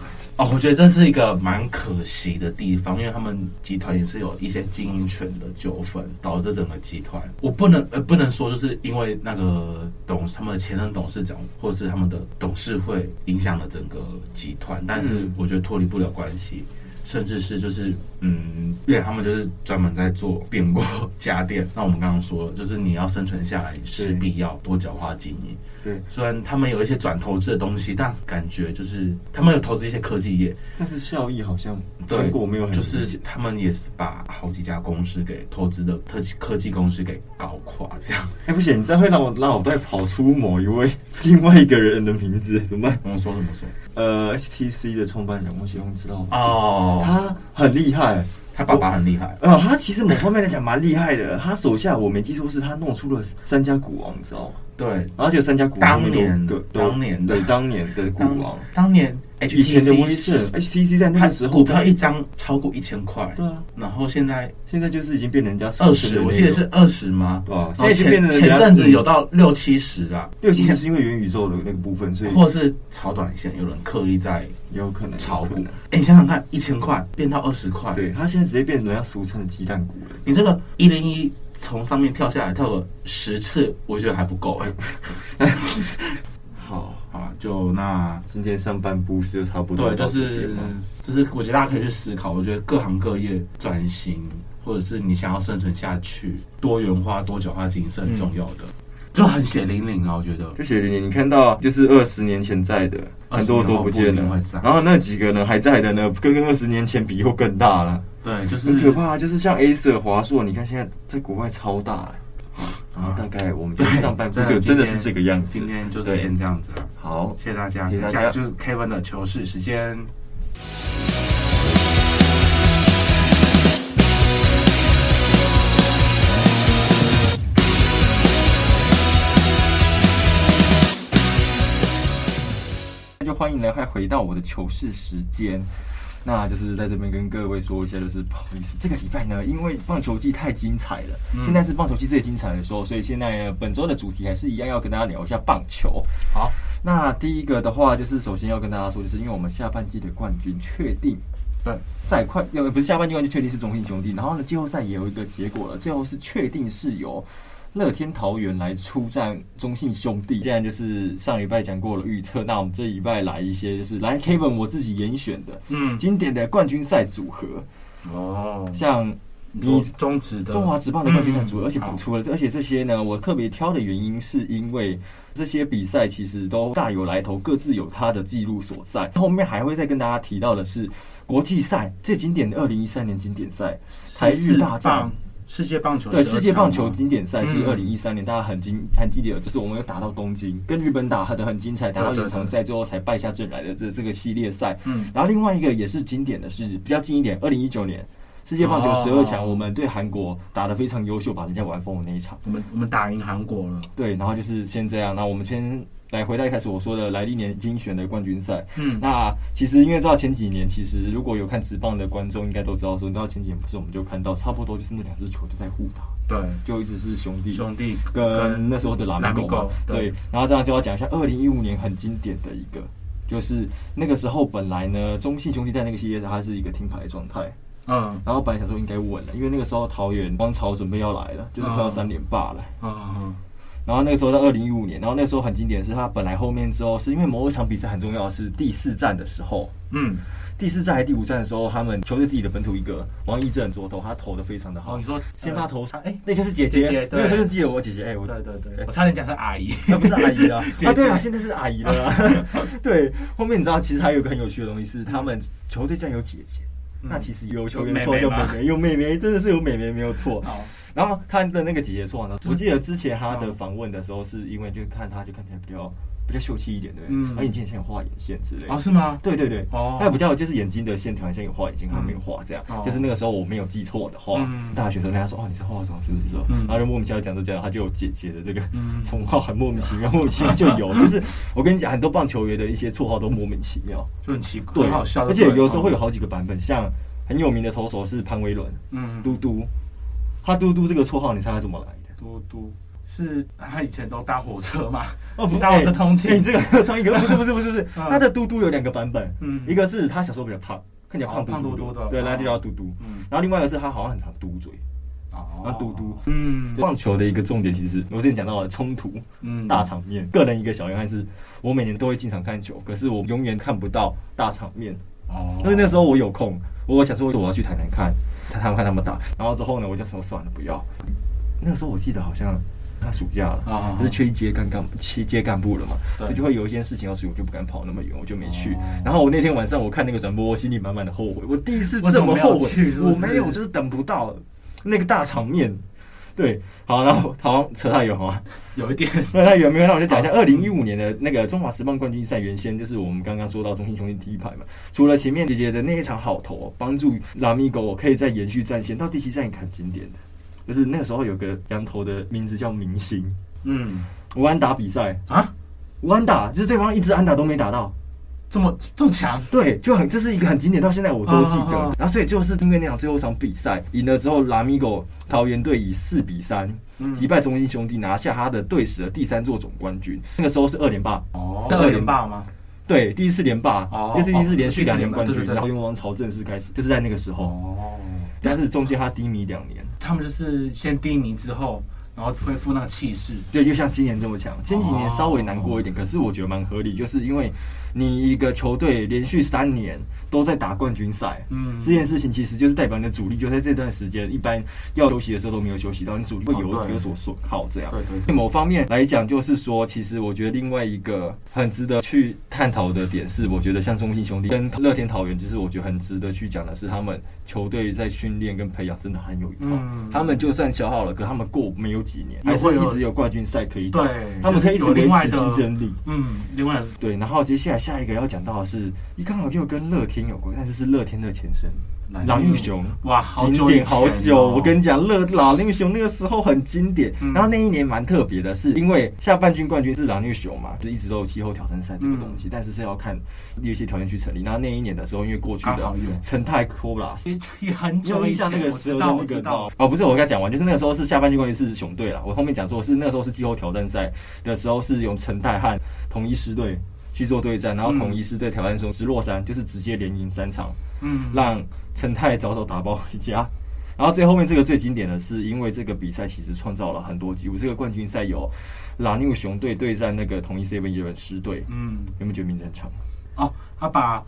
Speaker 3: 哦，我觉得这是一个蛮可惜的地方，因为他们集团也是有一些经营权的纠纷，导致整个集团，我不能呃不能说就是因为那个董他们的前任董事长或是他们的董事会影响了整个集团，但是
Speaker 2: 嗯
Speaker 3: 我觉得脱离不了关系。甚至是就是嗯，因为他们就是专门在做变锅 家电。那我们刚刚说了，就是你要生存下来，势必要多角化经营。
Speaker 2: 对。
Speaker 3: 虽然他们有一些转投资的东西，但感觉就是他们有投资一些科技业，
Speaker 2: 但是效益好像
Speaker 3: 对
Speaker 2: 成果没有很
Speaker 3: 就
Speaker 2: 明
Speaker 3: 是
Speaker 2: 显
Speaker 3: 他们也是把好几家公司给投资的科技科技公司给搞垮，这样。
Speaker 2: 哎，不行，你这样会让我脑袋跑出某一位另外一个人的名字，怎么办？
Speaker 3: 我们说怎么说？
Speaker 2: 呃，HTC 的创办人，我希望知道吧。
Speaker 3: 哦，
Speaker 2: 他很厉害，
Speaker 3: 他爸爸很厉害，
Speaker 2: 呃，他其实某方面来讲蛮厉害的。他手下我没记错，是他弄出了三家股王，你知道吗？
Speaker 3: 对，
Speaker 2: 然后就三家股王
Speaker 3: 当年
Speaker 2: 对，
Speaker 3: 当年
Speaker 2: 对当年的股
Speaker 3: 当
Speaker 2: 王，
Speaker 3: 当年
Speaker 2: 以前的威
Speaker 3: HTC
Speaker 2: 盛 HTC 在那
Speaker 3: 它
Speaker 2: 个时候
Speaker 3: 股票
Speaker 2: 在
Speaker 3: 一张超过一千块，
Speaker 2: 对啊，
Speaker 3: 然后现在
Speaker 2: 现在就是已经变人家
Speaker 3: 二
Speaker 2: 上市
Speaker 3: 十，
Speaker 2: 的
Speaker 3: 我
Speaker 2: 那
Speaker 3: 记得
Speaker 2: 种
Speaker 3: 是二十吗？
Speaker 2: 对啊
Speaker 3: 然
Speaker 2: 现在
Speaker 3: 后
Speaker 2: 已经变
Speaker 3: 前
Speaker 2: 成人家
Speaker 3: 前阵子有到六七十啦，
Speaker 2: 六七十是因为元宇宙的那个部分，所以
Speaker 3: 或是炒短线，有人刻意在
Speaker 2: 也有可能有
Speaker 3: 炒
Speaker 2: 可
Speaker 3: 股
Speaker 2: 能。
Speaker 3: 哎、你想想看，一千块变到二十块，
Speaker 2: 对他现在直接变成人家俗称的鸡蛋股了。
Speaker 3: 你这个一零一从上面跳下来跳了十次，我觉得还不够 哎、
Speaker 2: 好，
Speaker 3: 好吧，就那
Speaker 2: 今天上半部就差不多
Speaker 3: 对，
Speaker 2: 到
Speaker 3: 就
Speaker 2: 这边
Speaker 3: 是
Speaker 2: 嘛。
Speaker 3: 就是，我觉得大家可以去思考。我觉得各行各业转型，或者是你想要生存下去，多元化、多角化经营是很重要的，
Speaker 2: 嗯
Speaker 3: 就很血淋淋啊！我觉得
Speaker 2: 就写你，你看到就是二十年前在的，很多都不见
Speaker 3: 20年后不一定
Speaker 2: 了
Speaker 3: 会在，
Speaker 2: 然后那几个呢还在的呢，跟跟二十年前比又更大了，
Speaker 3: 对，就是
Speaker 2: 很可怕、啊。就是像 A 社华硕，你看现在在国外超大、然后
Speaker 3: 啊
Speaker 2: 大。概我们
Speaker 3: 对，
Speaker 2: 上半部就真的是这个样子。
Speaker 3: 今天就是
Speaker 2: 对
Speaker 3: 先这样子了，
Speaker 2: 好，
Speaker 3: 谢谢大家。
Speaker 2: 谢谢大家
Speaker 3: 下次就是 Kevin 的求是时间。
Speaker 2: 那就欢迎来快回到我的糗事时间。那就是在这边跟各位说一下，就是不好意思，这个礼拜呢，因为棒球季太精彩了，
Speaker 3: 嗯
Speaker 2: 现在呃是棒球季最精彩的时候，所以现在呢本周的主题还是一样要跟大家聊一下棒球。
Speaker 3: 好，
Speaker 2: 那第一个的话，就是首先要跟大家说，就是因为我们下半季的冠军确定
Speaker 3: 对，
Speaker 2: 赛快，要不是下半季冠军确定是中信兄弟，然后呢季后赛也有一个结果了，最后是确定是由乐天桃园来出战中信兄弟。既然就是上礼拜讲过了预测，那我们这礼拜来一些就是来 Kevin 我自己严选的
Speaker 3: 嗯，
Speaker 2: 经典的冠军赛组合，
Speaker 3: 哦，
Speaker 2: 像
Speaker 3: 你
Speaker 2: 你
Speaker 3: 中职的
Speaker 2: 中华职棒的冠军赛组合，
Speaker 3: 嗯
Speaker 2: 而且
Speaker 3: 好
Speaker 2: 不除了这，而且这些呢，我特别挑的原因是因为这些比赛其实都大有来头，各自有它的记录所在。后面还会再跟大家提到的是国际赛最经典的二零一三年经典赛，台日大战。
Speaker 3: 世界棒球
Speaker 2: 对，
Speaker 3: 12
Speaker 2: 世界棒球
Speaker 3: 强吗
Speaker 2: 经典赛是二
Speaker 3: 嗯
Speaker 2: 零一三年，大家很经很经典的，就是我们有打到东京，跟日本打的很精彩，打到
Speaker 3: 对对
Speaker 2: 延长赛最后才败下阵来的这这个系列赛。
Speaker 3: 嗯
Speaker 2: 然后另外一个也是经典的是比较近一点，二零一九年世界棒球十二强，
Speaker 3: 哦
Speaker 2: 我们对韩国打得非常优秀，把人家玩疯的那一场。
Speaker 3: 我们我们打赢韩国了，
Speaker 2: 对，然后就是先这样，那我们先来回到一开始我说的来历年精选的冠军赛。
Speaker 3: 嗯
Speaker 2: 那其实因为知道前几年，其实如果有看职棒的观众应该都知道，说你知道前几年不是我们就看到差不多就是那两支球队在互打，
Speaker 3: 对，
Speaker 2: 就一直是兄弟
Speaker 3: 兄弟
Speaker 2: 跟那时候的拉米狗
Speaker 3: 拉米
Speaker 2: 嘛
Speaker 3: 狗，对
Speaker 2: 对，然后这样就要讲一下二零一五年很经典的一个，就是那个时候本来呢，中信兄弟在那个系列赛它是一个停牌的状态，
Speaker 3: 嗯
Speaker 2: 然后本来想说应该稳了，因为那个时候桃园王朝准备要来了，就是快要三连霸了。
Speaker 3: 嗯嗯
Speaker 2: 然后那个时候在二零一五年，然后那时候很经典的是，他本来后面之后是因为某一场比赛很重要，是第四站的时候，
Speaker 3: 嗯，
Speaker 2: 第四站还是第五站的时候，他们球队自己的本土一个王一正左投，他投的非常的
Speaker 3: 哦
Speaker 2: 好
Speaker 3: 你，说
Speaker 2: 先发投他，
Speaker 3: 他哎
Speaker 2: 哎，那就是姐姐
Speaker 3: 姐姐，
Speaker 2: 那
Speaker 3: 对
Speaker 2: 个时候就记得我姐姐，哎，我
Speaker 3: 对对对，嗯我差点讲成阿姨，
Speaker 2: 那不是阿姨 了
Speaker 3: 姐姐
Speaker 2: 啊，对啊，现在是阿姨了 啦。对，后面你知道，其实还有一个很有趣的东西是，他们球队竟然有姐姐。
Speaker 3: 嗯
Speaker 2: 那其实有球
Speaker 3: 有妹
Speaker 2: 员说
Speaker 3: 妹
Speaker 2: 有妹
Speaker 3: 吗
Speaker 2: 妹，有妹妹，真的是有妹妹没有错。
Speaker 3: 好，
Speaker 2: 然后他的那个姐姐说呢，我记得之前他的
Speaker 3: 嗯
Speaker 2: 访问的时候，是因为就看他就看起来比较比较秀气一点，对不对，
Speaker 3: 嗯
Speaker 2: 而且之前有画眼线之类的
Speaker 3: 哦。是吗？
Speaker 2: 啊对对对，
Speaker 3: 哦
Speaker 2: 他比较就是眼睛的线条，像有画眼睛，他没有画这样
Speaker 3: 嗯哦。
Speaker 2: 就是那个时候我没有记错的话
Speaker 3: 嗯，
Speaker 2: 大学的时候人家说哦你是化妆是不是？
Speaker 3: 嗯
Speaker 2: 然后就莫名其妙讲着讲着，他就有姐姐的这个
Speaker 3: 嗯
Speaker 2: 封号，很莫名其妙，莫名其妙就 有。就是我跟你讲，很多棒球员的一些绰号都莫名其妙，
Speaker 3: 就很奇怪，
Speaker 2: 对
Speaker 3: 很好笑，，哦
Speaker 2: 而且有时候会有
Speaker 3: 好，
Speaker 2: 好几个版本，像很有名的投手是潘威伦，
Speaker 3: 嗯，
Speaker 2: 嘟嘟，他嘟嘟这个绰号，你猜他怎么来的？
Speaker 3: 嘟嘟是他以前都搭火车嘛？
Speaker 2: 哦，不，
Speaker 3: 搭火车通勤，
Speaker 2: 哎你这个 穿一个，不是不是不是不是，
Speaker 3: 嗯
Speaker 2: 他的嘟嘟有两个版本，
Speaker 3: 嗯
Speaker 2: 一个是他小时候比较胖，看起来
Speaker 3: 哦
Speaker 2: 胖
Speaker 3: 胖
Speaker 2: 嘟
Speaker 3: 嘟嘟的
Speaker 2: 的，对，
Speaker 3: 哦
Speaker 2: 那就叫嘟嘟
Speaker 3: 嗯。
Speaker 2: 然后另外一个是他好像很常嘟嘴。
Speaker 3: 哦
Speaker 2: 那啊嘟嘟
Speaker 3: 嗯
Speaker 2: 棒球的一个重点其实我之前讲到的冲突，
Speaker 3: 嗯
Speaker 2: 大场面。个人一个小遗憾是，我每年都会进场看球，可是我永远看不到大场面。
Speaker 3: 哦
Speaker 2: 因为那时候我有空，我想说我要去台南看，他们看他们打。然后之后呢，我就说算了，不要。那个时候我记得好像他暑假了，
Speaker 3: 啊
Speaker 2: 就是缺一阶干干缺阶干部了嘛，
Speaker 3: 对
Speaker 2: 就就会有一些事情要处理，我就不敢跑那么远，我就没去
Speaker 3: 哦。
Speaker 2: 然后我那天晚上我看那个转播，我心里满满的后悔，我第一次
Speaker 3: 为什
Speaker 2: 这
Speaker 3: 么
Speaker 2: 么
Speaker 3: 没有
Speaker 2: 后悔
Speaker 3: 去是，不
Speaker 2: 我
Speaker 3: 是
Speaker 2: 没有，就是等不到那个大场面。对，好，然后好扯太远啊。
Speaker 3: 有一点，
Speaker 2: 那那有没有？那我就讲一下，二零一五年的那个中华职棒冠军赛，原先就是我们刚刚说到中信兄弟第一排嘛。除了前面姐姐的那一场好投，帮助拉米狗可以再延续战线到第七站，也很经典的，就是那个时候有个羊头的名字叫明星，
Speaker 3: 嗯
Speaker 2: 无安打比赛，
Speaker 3: 啊，
Speaker 2: 无安打就是对方一支安打都没打到，
Speaker 3: 这么这么强，
Speaker 2: 对，就很这是一个很经典，到现在我都记得。
Speaker 3: 啊啊啊
Speaker 2: 然后所以就是因为那场最后一场比赛赢了之后，拉米狗桃园队以四比三
Speaker 3: 嗯
Speaker 2: 击败中信兄弟，拿下他的队史的第三座总冠军。那个时候是二连霸，
Speaker 3: 哦
Speaker 2: 在
Speaker 3: 二
Speaker 2: 二
Speaker 3: 连
Speaker 2: 连
Speaker 3: 霸吗？
Speaker 2: 对，第一次连霸，
Speaker 3: 哦
Speaker 2: 就是第一次连
Speaker 3: 哦
Speaker 2: 续两年
Speaker 3: 第一次连霸
Speaker 2: 冠
Speaker 3: 对
Speaker 2: 军
Speaker 3: 对，对
Speaker 2: 然后用王朝正式开始，就是在那个时候。
Speaker 3: 哦，
Speaker 2: 但是中间他低迷两年，
Speaker 3: 他们就是先低迷之后，然后恢复那个气势，
Speaker 2: 对，就像今年这么强。前几年稍微难过一
Speaker 3: 哦
Speaker 2: 点，可是我觉得蛮合理，就是因为你一个球队连续三年都在打冠军赛，
Speaker 3: 嗯
Speaker 2: 这件事情其实就是代表你的主力就在这段时间一般要休息的时候都没有休息到，你主力会有
Speaker 3: 哦对
Speaker 2: 有所损耗这样。
Speaker 3: 对对
Speaker 2: 某方面来讲，就是说，其实我觉得另外一个很值得去探讨的点是，我觉得像中信兄弟跟乐天桃园，就是我觉得很值得去讲的是，他们球队在训练跟培养真的很有一套。
Speaker 3: 嗯
Speaker 2: 他们就算消耗了，可他们过没有几年，
Speaker 3: 也
Speaker 2: 还
Speaker 3: 会
Speaker 2: 是
Speaker 3: 有
Speaker 2: 一直有冠军赛可以打
Speaker 3: 对，
Speaker 2: 他们可以一
Speaker 3: 就
Speaker 2: 直
Speaker 3: 是
Speaker 2: 维
Speaker 3: 有另外
Speaker 2: 持
Speaker 3: 的
Speaker 2: 竞争力。
Speaker 3: 嗯，另外
Speaker 2: 对，然后接下来下一个要讲到的是，你刚好又跟乐天有关，但是是乐天的前身。朗
Speaker 3: 玉
Speaker 2: 玉熊。
Speaker 3: 哇，好
Speaker 2: 经
Speaker 3: 久以
Speaker 2: 典好
Speaker 3: 前
Speaker 2: 久，
Speaker 3: 哦
Speaker 2: 我跟你讲，乐朗英雄那个时候很经典。
Speaker 3: 嗯
Speaker 2: 然后那一年蛮特别的是，因为下半军冠军是朗英雄嘛，就一直都有季后挑战赛这个东
Speaker 3: 嗯
Speaker 2: 西，但是是要看有一些条件去成立。然后那一年的时候，因为过去
Speaker 3: 啊
Speaker 2: 的
Speaker 3: 好远
Speaker 2: 陈泰 Cobra
Speaker 3: 也很
Speaker 2: 就
Speaker 3: 久
Speaker 2: 一
Speaker 3: 以
Speaker 2: 下
Speaker 3: 前，
Speaker 2: 那个
Speaker 3: 我
Speaker 2: 时
Speaker 3: 知
Speaker 2: 候
Speaker 3: 道，
Speaker 2: 的那
Speaker 3: 我
Speaker 2: 个
Speaker 3: 知道
Speaker 2: 到，哦，不是我刚才讲完，就是那个时候是下半季冠军是熊队了。我后面讲说是那个时候是季后挑战赛的时候是用陈泰和统一师队去做对战，然后
Speaker 3: 嗯
Speaker 2: 统一师队挑战中直落三，就是直接连赢三场，
Speaker 3: 嗯，
Speaker 2: 让陈泰早早打包回家。然后最后面这个最经典的是，因为这个比赛其实创造了很多记录。这个冠军赛有拉纽熊队对战那个统一 Seven Eleven 狮队，
Speaker 3: 嗯，
Speaker 2: 有没有觉得名字很长？
Speaker 3: 哦，他把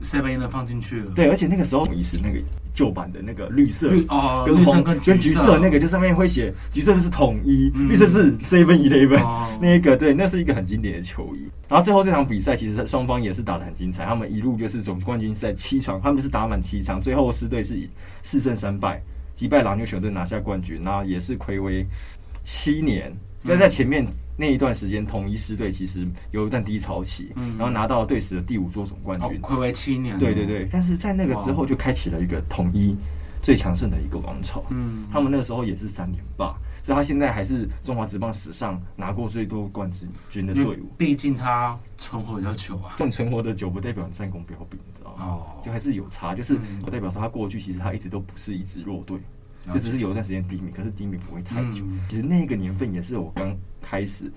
Speaker 3: Seven Eleven 放进去了，
Speaker 2: 对，而且那个时候统一是那个旧版的那个绿色
Speaker 3: 嗯绿哦，
Speaker 2: 跟
Speaker 3: 绿色
Speaker 2: 黄
Speaker 3: 跟
Speaker 2: 跟橘
Speaker 3: 色
Speaker 2: 色那个，就上面会写橘色就是统一，
Speaker 3: 嗯
Speaker 2: 绿色是 Seven Eleven
Speaker 3: 哦
Speaker 2: 那个，对，那是一个很经典的球衣。然后最后这场比赛其实双方也是打得很精彩，他们一路就是总冠军赛七场，他们是打满七场，最后狮队是以四胜三败击败狼牛球队拿下冠军，那也是暌违七年。
Speaker 3: 嗯
Speaker 2: 就在前面那一段时间，统一狮队其实有一段低潮期，
Speaker 3: 嗯
Speaker 2: 然后拿到了队史的第五座总冠
Speaker 3: 哦
Speaker 2: 军，。
Speaker 3: 暌违七年，
Speaker 2: 对对，对，但是在那个之后就开启了一个统一最强盛的一个王朝。
Speaker 3: 嗯，
Speaker 2: 他们那个时候也是三连霸，所以他现在还是中华职棒史上拿过最多冠军的队
Speaker 3: 因为
Speaker 2: 伍。
Speaker 3: 毕竟他存活比较久啊，
Speaker 2: 但存活的久不代表你战功彪炳，你知道吗？
Speaker 3: 哦，
Speaker 2: 就还是有差，就是
Speaker 3: 嗯
Speaker 2: 我代表说他过去其实他一直都不是一支弱队，
Speaker 3: 了
Speaker 2: 就
Speaker 3: 解
Speaker 2: 只是有一段时间低迷，可是低迷不会太久
Speaker 3: 嗯。
Speaker 2: 其实那个年份也是我刚开始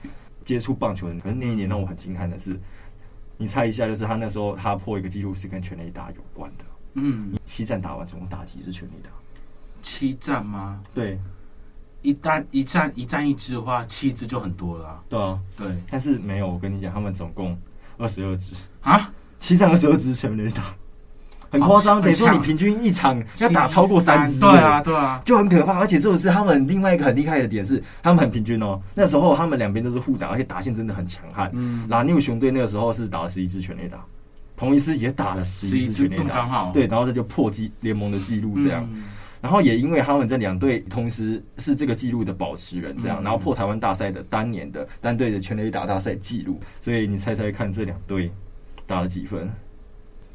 Speaker 2: 接触棒球的，可是那一年让我很惊叹的是，你猜一下，就是他那时候他破一个记录是跟全垒打有关的，
Speaker 3: 嗯，
Speaker 2: 七战打完总共打几支全垒打？
Speaker 3: 七战吗？
Speaker 2: 对
Speaker 3: 一单一战一战一支的话，七支就很多了啊、
Speaker 2: 对啊，
Speaker 3: 对
Speaker 2: 但是没有，我跟你讲，他们总共二十二支。哦
Speaker 3: 啊，
Speaker 2: 七场二十二支全垒打，很夸张。
Speaker 3: 哦
Speaker 2: 等于说
Speaker 3: 很
Speaker 2: 你
Speaker 3: 强
Speaker 2: 平均一场要打超过三支，
Speaker 3: 对啊，，对啊，
Speaker 2: 就很可怕。而且这种是他们另外一个很厉害的点是，他们很平均哦。那时候他们两边都是互打，而且打线真的很强悍。
Speaker 3: 嗯，
Speaker 2: 拉纽熊队那个时候是打了十一支全垒打，同一师也打了十一支全
Speaker 3: 11
Speaker 2: 垒
Speaker 3: 支刚
Speaker 2: 打
Speaker 3: 好，
Speaker 2: 对，然后这就破纪联盟的纪录这样。
Speaker 3: 嗯
Speaker 2: 然后也因为他们这两队同时是这个纪录的保持人，这样，
Speaker 3: 嗯
Speaker 2: 然后破台湾大赛的单年的单队的全垒打大赛纪录，所以你猜猜看这两队打了几分？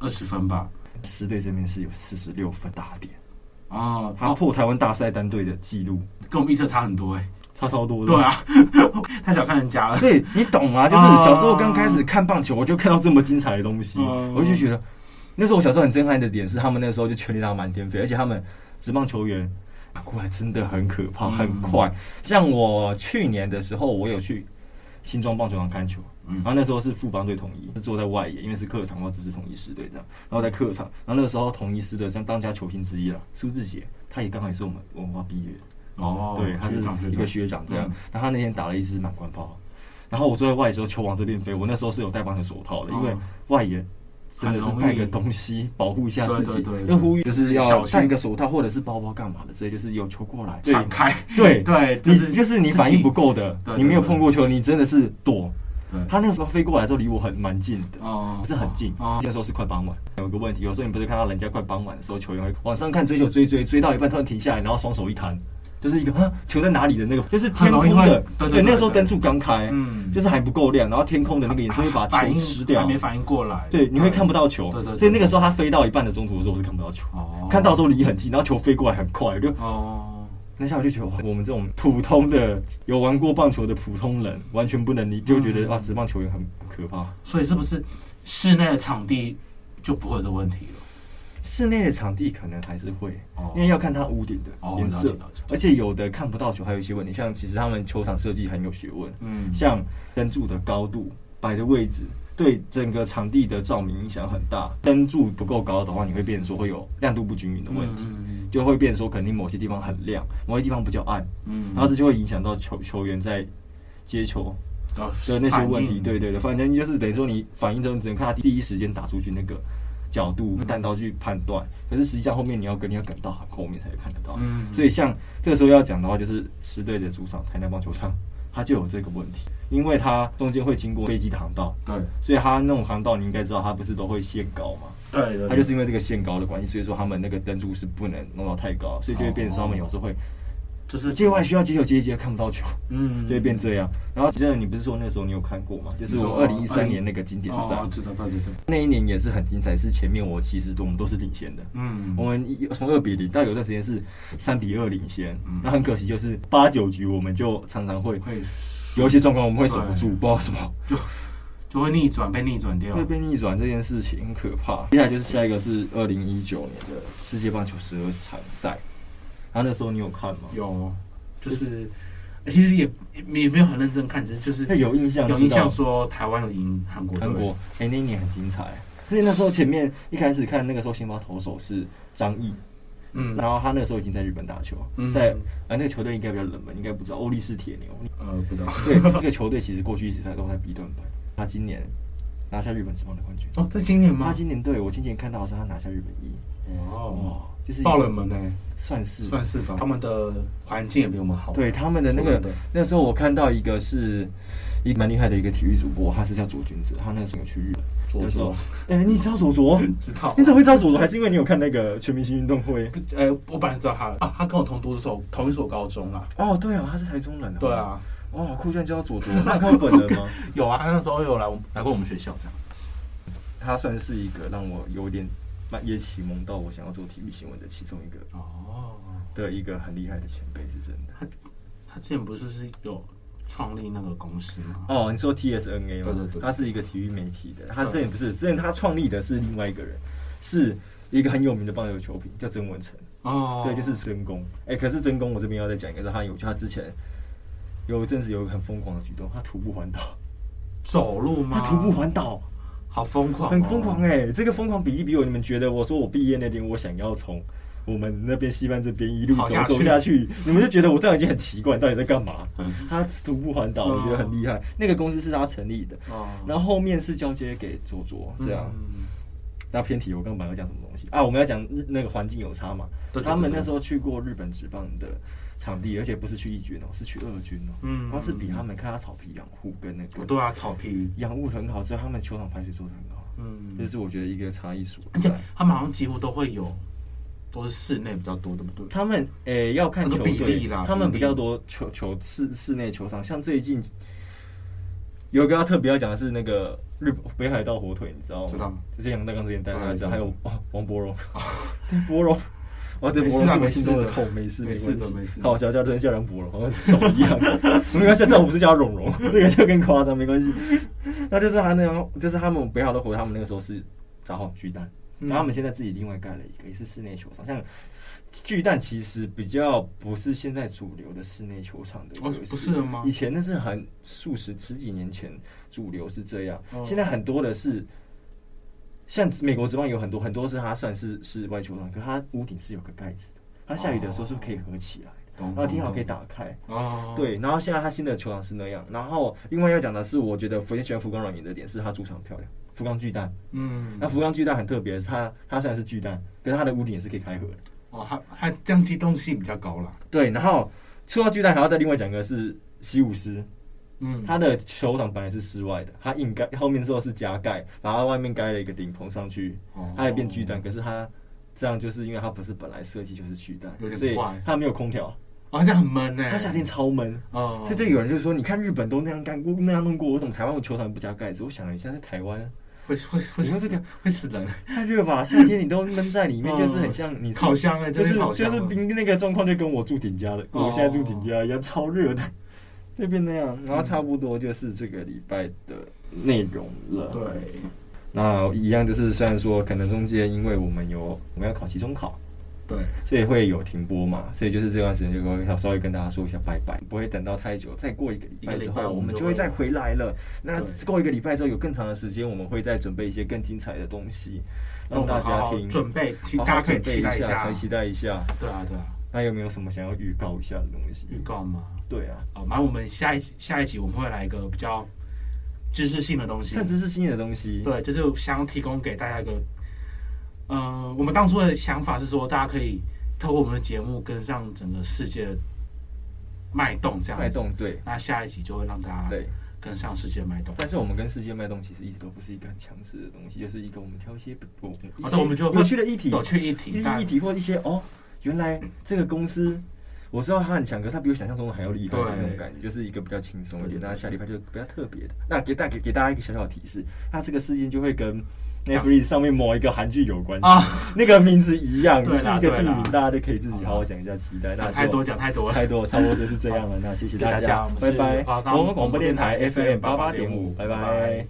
Speaker 3: 二十分吧。
Speaker 2: 狮队这边是有四十六分打点，
Speaker 3: 哦，
Speaker 2: 他
Speaker 3: 哦
Speaker 2: 破台湾大赛单队的记录，
Speaker 3: 跟我们预测差很多哎、
Speaker 2: 差超多的。
Speaker 3: 对，啊， 太小看人家了。
Speaker 2: 所以你懂吗？就是
Speaker 3: 啊
Speaker 2: 小时候刚开始看棒球，我就看到这么精彩的东西，
Speaker 3: 嗯
Speaker 2: 我就觉得那时候我小时候很震撼的点是，他们那时候就全力打满天飞，而且他们职棒球员打过来真的很可怕，
Speaker 3: 嗯
Speaker 2: 很快。像我去年的时候，我有去新庄棒球场看球，
Speaker 3: 嗯
Speaker 2: 然后那时候是富邦队统一，是坐在外野，因为是客场，我只是统一师队这样。然后在客场，然后那个时候统一师队像当家球星之一了，苏志杰，他也刚好也是我们文化毕业的，
Speaker 3: 哦，
Speaker 2: 对，他是
Speaker 3: 学长学
Speaker 2: 一个
Speaker 3: 长，
Speaker 2: 学长这样
Speaker 3: 嗯。
Speaker 2: 然后他那天打了一支满贯炮，然后我坐在外野的时候，球往这边飞。我那时候是有戴棒球手套的，因为
Speaker 3: 嗯
Speaker 2: 外野真的是
Speaker 3: 很容易
Speaker 2: 带个东西保护一下自己
Speaker 3: 对对对，对
Speaker 2: 要呼吁就是要
Speaker 3: 小心
Speaker 2: 戴个手套或者是包包干嘛的，所以就是有球过来
Speaker 3: 闪开，
Speaker 2: 对
Speaker 3: 对，
Speaker 2: 你
Speaker 3: 就是
Speaker 2: 就是你反应不够的
Speaker 3: 对，对
Speaker 2: 你没有碰过球，你真的是躲。
Speaker 3: 对
Speaker 2: 他那个时候飞过来的时候离我很蛮近的，
Speaker 3: 哦
Speaker 2: 不是很近，
Speaker 3: 哦，
Speaker 2: 那时候是快傍晚。有个问题，有时候你不是看到人家快傍晚的时候，球员会往上看追球追追追到一半突然停下来，然后双手一摊，就是一个啊球在哪里的那个，就是天空
Speaker 3: 很容易
Speaker 2: 的
Speaker 3: 会，对对对
Speaker 2: 那时候
Speaker 3: 对
Speaker 2: 灯柱刚开，
Speaker 3: 嗯
Speaker 2: 就是还不够亮，然后天空的那个颜色会把
Speaker 3: 反
Speaker 2: 球
Speaker 3: 应
Speaker 2: 吃掉
Speaker 3: 还，没反应过来，
Speaker 2: 对，你会看不到球，
Speaker 3: 对对对
Speaker 2: 所以那个时候他飞到一半的中途的时候，我是看不到球，
Speaker 3: 哦，
Speaker 2: 看到的时候离很近，然后球飞过来很快，我就
Speaker 3: 哦，
Speaker 2: 那下我就觉得，哇，我们这种普通的有玩过棒球的普通人，完全不能理，就觉得
Speaker 3: 嗯
Speaker 2: 啊，职棒球员很很可怕。
Speaker 3: 所以是不是室内的场地就不会有这问题了？
Speaker 2: 室内的场地可能还是会，
Speaker 3: 哦
Speaker 2: 因为要看它屋顶的
Speaker 3: 哦
Speaker 2: 颜
Speaker 3: 了
Speaker 2: 色
Speaker 3: 解了解，
Speaker 2: 而且有的看不到球，还有一些问题，像其实他们球场设计很有学问，
Speaker 3: 嗯，
Speaker 2: 像灯柱的高度、摆的位置，对整个场地的照明影响很大。灯柱不够高的话，你会变成说会有亮度不均匀的问题，
Speaker 3: 嗯
Speaker 2: 就会变成说肯定某些地方很亮，某些地方比较暗，
Speaker 3: 嗯
Speaker 2: 然后这就会影响到球球员在接球的
Speaker 3: 的
Speaker 2: 那些问题，对对对，反正就是等于说你反应之后，你只能看他第一时间打出去那个角度、
Speaker 3: 嗯
Speaker 2: 弹道去判断。可是实际上后面你要跟你要等到很后面才看得到。
Speaker 3: 嗯
Speaker 2: 所以像这个时候要讲的话，就是狮队的主场台南棒球场，它就有这个问题，因为它中间会经过飞机的航道，
Speaker 3: 对
Speaker 2: 所以它那种航道你应该知道，它不是都会限高嘛？
Speaker 3: 对对，
Speaker 2: 它
Speaker 3: 哦
Speaker 2: 就是因为这个限高的关系，所以说他们那个灯柱是不能弄到太高，所以就会变成说他们有时候会
Speaker 3: 就是
Speaker 2: 界外需要接球接一接，看不到球，
Speaker 3: 嗯嗯哦
Speaker 2: 就会变这样。然后，真的，你不是说那时候你有看过吗？就是我二零一三年那个经典赛
Speaker 3: 哦，，知道，对对对，
Speaker 2: 那一年也是很精彩。是前面我其实我们都是领先的，
Speaker 3: 嗯
Speaker 2: 我们一从二比零到有段时间是三比二领先
Speaker 3: 嗯。
Speaker 2: 那很可惜，就是八九局我们就常常会
Speaker 3: 会
Speaker 2: 有一些状况，我们会守不住，
Speaker 3: 对啊
Speaker 2: 不知道为什么。
Speaker 3: 就会逆转，被逆转掉
Speaker 2: 会。被逆转这件事情很可怕。接下来就是下一个是二零一九年的世界棒球十二强赛，然后那时候你有看吗？
Speaker 3: 有，哦就是呃其实也也也没有很认真看，只是就是
Speaker 2: 那有印象，
Speaker 3: 有印象
Speaker 2: 知
Speaker 3: 说台湾有赢韩国
Speaker 2: 道
Speaker 3: 队，
Speaker 2: 韩国，哎、那一年很精彩。所以那时候前面一开始看那个时候先发投手是张毅，
Speaker 3: 嗯，
Speaker 2: 然后他那个时候已经在日本打球，
Speaker 3: 嗯
Speaker 2: 在啊那个球队应该比较冷门，应该不知道欧力士铁牛。
Speaker 3: 呃，不知道，
Speaker 2: 对，这个球队其实过去一直在都在 B 段班，他今年拿下日本职棒的冠军。
Speaker 3: 哦，在今年吗
Speaker 2: 他？今年对我今年看到的是他拿下日本一，
Speaker 3: 哇哦，
Speaker 2: 嗯就是
Speaker 3: 爆冷门呢，
Speaker 2: 算是
Speaker 3: 算是吧。他们的环境也比我们好，
Speaker 2: 对，他们的那个
Speaker 3: 说真的
Speaker 2: 那时候我看到一个是一个蛮厉害的一个体育主播，他是叫左君哲，他那时候有去日本，
Speaker 3: 左
Speaker 2: 那时候
Speaker 3: 左，
Speaker 2: 哎、你知道左左？
Speaker 3: 知道
Speaker 2: 你。怎 么会知道左左？还是因为你有看那个全明星运动会？
Speaker 3: 呃，我本来知道他了啊，他跟我同读的时候，同一所高中啦。
Speaker 2: 哦，对啊，他是台中人、啊。
Speaker 3: 对，啊，
Speaker 2: 哦，酷炫叫 左左，那你看过本人吗？
Speaker 3: 有啊，他那时候有来我来过我们学校这样。
Speaker 2: 他算是一个让我有点蛮也启蒙到我想要做体育新闻的其中一个
Speaker 3: 哦，
Speaker 2: 的一个很厉害的前辈，是真的。
Speaker 3: 他之前不是是有创立那个公司吗？
Speaker 2: 哦，你说 TSNA 吗？
Speaker 3: 对对对
Speaker 2: 他是一个体育媒体的，他之前不是，之前他创立的是另外一个人，是一个很有名的棒球球评，叫曾文成，
Speaker 3: 哦
Speaker 2: 对，就是曾公。哎、可是曾公，我这边要再讲一个，是他有，他之前有一阵子有一个很疯狂的举动，他徒步环岛，
Speaker 3: 走路吗？
Speaker 2: 他徒步环岛，
Speaker 3: 好疯狂、哦，
Speaker 2: 很疯狂哎、这个疯狂比例比我你们觉得，我说我毕业那天，我想要从。我们那边西半这边一路
Speaker 3: 跑
Speaker 2: 走
Speaker 3: 下去
Speaker 2: 走下去，你们就觉得我这样已经很奇怪，到底在干嘛
Speaker 3: 嗯？
Speaker 2: 他徒步环岛，我觉得很厉害。那个公司是他成立的，
Speaker 3: 哦，
Speaker 2: 然后后面是交接给左左这样。
Speaker 3: 嗯
Speaker 2: 那偏题，我刚本来要讲什么东西啊？我们要讲日那个环境有差嘛？
Speaker 3: 对对对
Speaker 2: 他们那时候去过日本职棒的场地，而且不是去一军哦，是去二军哦。
Speaker 3: 嗯
Speaker 2: 光是比他们看他草皮养护跟那个
Speaker 3: 对啊，草皮，
Speaker 2: 养护得很好之后，他们球场排水做得很好，
Speaker 3: 嗯，
Speaker 2: 这是我觉得一个差异所
Speaker 3: 而
Speaker 2: 在
Speaker 3: 且。他们好像几乎都会有，都是室内比较多，对不对？
Speaker 2: 他们诶、要看球
Speaker 3: 那个比
Speaker 2: 队
Speaker 3: 例啦，
Speaker 2: 他们比
Speaker 3: 比例
Speaker 2: 较多球球室室内球场，像最近有一个要特别要讲的是那个日本北海道火腿，你知道吗？
Speaker 3: 知道
Speaker 2: 就是杨大刚之前带大家
Speaker 3: 对
Speaker 2: 讲，
Speaker 3: 对
Speaker 2: 还有哦王伯 荣，对伯荣。哇，对，
Speaker 3: 没
Speaker 2: 伯
Speaker 3: 事
Speaker 2: 荣是我
Speaker 3: 啦没事
Speaker 2: 心中的
Speaker 3: 的
Speaker 2: 痛，没事
Speaker 3: 没事
Speaker 2: 关
Speaker 3: 的
Speaker 2: 系
Speaker 3: 没事。的
Speaker 2: 好，我小叫真的叫杨伯荣，好像手一样。 没关系，下次我不是叫蓉 蓉，这个就更夸张，没关系。那就是他那样，就是他们北海道火腿，他们那个时候是找好巨蛋，
Speaker 3: 嗯
Speaker 2: 然后他们现在自己另外盖了一个，也是室内球场，像巨蛋其实比较不是现在主流的室内球场的
Speaker 3: 哦
Speaker 2: 格式，
Speaker 3: 不是了吗
Speaker 2: 以前那是很数十十几年前主流是这样，
Speaker 3: 哦
Speaker 2: 现在很多的是。像美国之棒有很多很多是它算是室外球场，可它屋顶是有个盖子的，它下雨的时候是可以合起来的，
Speaker 3: 懂
Speaker 2: 然后挺好
Speaker 3: 懂
Speaker 2: 可以打开。
Speaker 3: 哦，
Speaker 2: 对，然后现在它新的球场是那样，然后另外要讲的是，我觉得福建喜欢福冈软银的点是它主场漂亮，福冈巨蛋，
Speaker 3: 嗯，
Speaker 2: 那福冈巨蛋很特别，是它它虽然是巨蛋，可是它的屋顶也是可以开合的。
Speaker 3: 哦，它它这样机动性比较高啦，
Speaker 2: 对，然后说到巨蛋，还要再另外讲一个是西武狮，
Speaker 3: 嗯，
Speaker 2: 它的球场本来是室外的，它硬盖后面之后是加盖，然后外面盖了一个顶棚上去
Speaker 3: 哦，
Speaker 2: 它也变巨蛋，可是它这样就是因为它不是本来设计就是巨蛋
Speaker 3: 有，点
Speaker 2: 所以
Speaker 3: 怪
Speaker 2: 它没有空调，
Speaker 3: 哦，这样很闷呢，
Speaker 2: 它夏天超闷。
Speaker 3: 哦，
Speaker 2: 所以这有人就说，你看日本都那样干过，那样弄过，我怎么台湾我球场不加盖子？我想了一下，在台湾
Speaker 3: 会会会
Speaker 2: 你
Speaker 3: 死
Speaker 2: 看这个
Speaker 3: 会死人，
Speaker 2: 太热吧，夏天你都闷在里面，
Speaker 3: 嗯
Speaker 2: 就是很像你
Speaker 3: 烤箱哎，
Speaker 2: 就
Speaker 3: 这
Speaker 2: 是
Speaker 3: 边烤
Speaker 2: 就
Speaker 3: 箱
Speaker 2: 是
Speaker 3: 啊
Speaker 2: 冰那个状况，就跟我住顶家的，
Speaker 3: 哦
Speaker 2: 我现在住顶家一样，超热的，就变那样。然后差不多就是这个礼拜的内容了。
Speaker 3: 对，
Speaker 2: 那一样就是虽然说可能中间因为我们有我们要考期中考，
Speaker 3: 对，
Speaker 2: 所以会有停播嘛，所以就是这段时间就会稍微跟大家说一下拜拜，不会等到太久，再过一个礼拜之
Speaker 3: 一个礼拜
Speaker 2: 后，我
Speaker 3: 我们
Speaker 2: 们
Speaker 3: 就
Speaker 2: 就会再回来了。那
Speaker 3: 对
Speaker 2: 过一个礼拜之后有更长的时间，我们会再准备一些更精彩的东西，让大
Speaker 3: 那我们
Speaker 2: 家
Speaker 3: 好好
Speaker 2: 听，
Speaker 3: 准备，去
Speaker 2: 好好
Speaker 3: 大家可以
Speaker 2: 准备
Speaker 3: 期待
Speaker 2: 一
Speaker 3: 下，
Speaker 2: 可以期待一下。
Speaker 3: 对啊对啊，
Speaker 2: 那有没有什么想要预告一下的东西？
Speaker 3: 预告吗？
Speaker 2: 对啊，
Speaker 3: 好，那我们下一下一集我们会来一个比较知识性的东西，
Speaker 2: 像知识性的东西，
Speaker 3: 嗯对，就是想要提供给大家一个，呃，我们当初的想法是说，大家可以透过我们的节目跟上整个世界的脉动，这样子
Speaker 2: 脉。动对
Speaker 3: 那下一集就会让大家
Speaker 2: 对。
Speaker 3: 跟上世界脉动。
Speaker 2: 但是我们跟世界脉动其实一直都不是一个很强势的东西，就是一个我们挑一些不我们一
Speaker 3: 好
Speaker 2: 些
Speaker 3: 的，我们就会哦
Speaker 2: 有趣的议题，
Speaker 3: 有趣议
Speaker 2: 一
Speaker 3: 题，
Speaker 2: 些
Speaker 3: 但
Speaker 2: 议题或一些哦，原来这个公司，我知道他很强，可是他比我想象中的还要厉害
Speaker 3: 对
Speaker 2: 的那种感觉，就是一个比较轻松一
Speaker 3: 对
Speaker 2: 点。
Speaker 3: 对
Speaker 2: 那下礼拜就比较特别的。那给大给给大家一个小小的提示，那这个事件就会跟 Netflix 上面某一个韩剧有关系，
Speaker 3: 啊，
Speaker 2: 那个名字一样，
Speaker 3: 对
Speaker 2: 是
Speaker 3: 啦
Speaker 2: 一个地
Speaker 3: 对啦
Speaker 2: 名，大家就可以自己好好想一下，期待。那就
Speaker 3: 太多讲太多了，
Speaker 2: 太多了，差不多就是这样了。那谢谢
Speaker 3: 谢谢大
Speaker 2: 大
Speaker 3: 家
Speaker 2: 家
Speaker 3: 我们，
Speaker 2: 拜
Speaker 3: 是
Speaker 2: 拜。
Speaker 3: 华冈
Speaker 2: 我们广播电台
Speaker 3: 广播电台
Speaker 2: FM 八八点五，
Speaker 3: 拜
Speaker 2: 拜
Speaker 3: 拜
Speaker 2: 拜。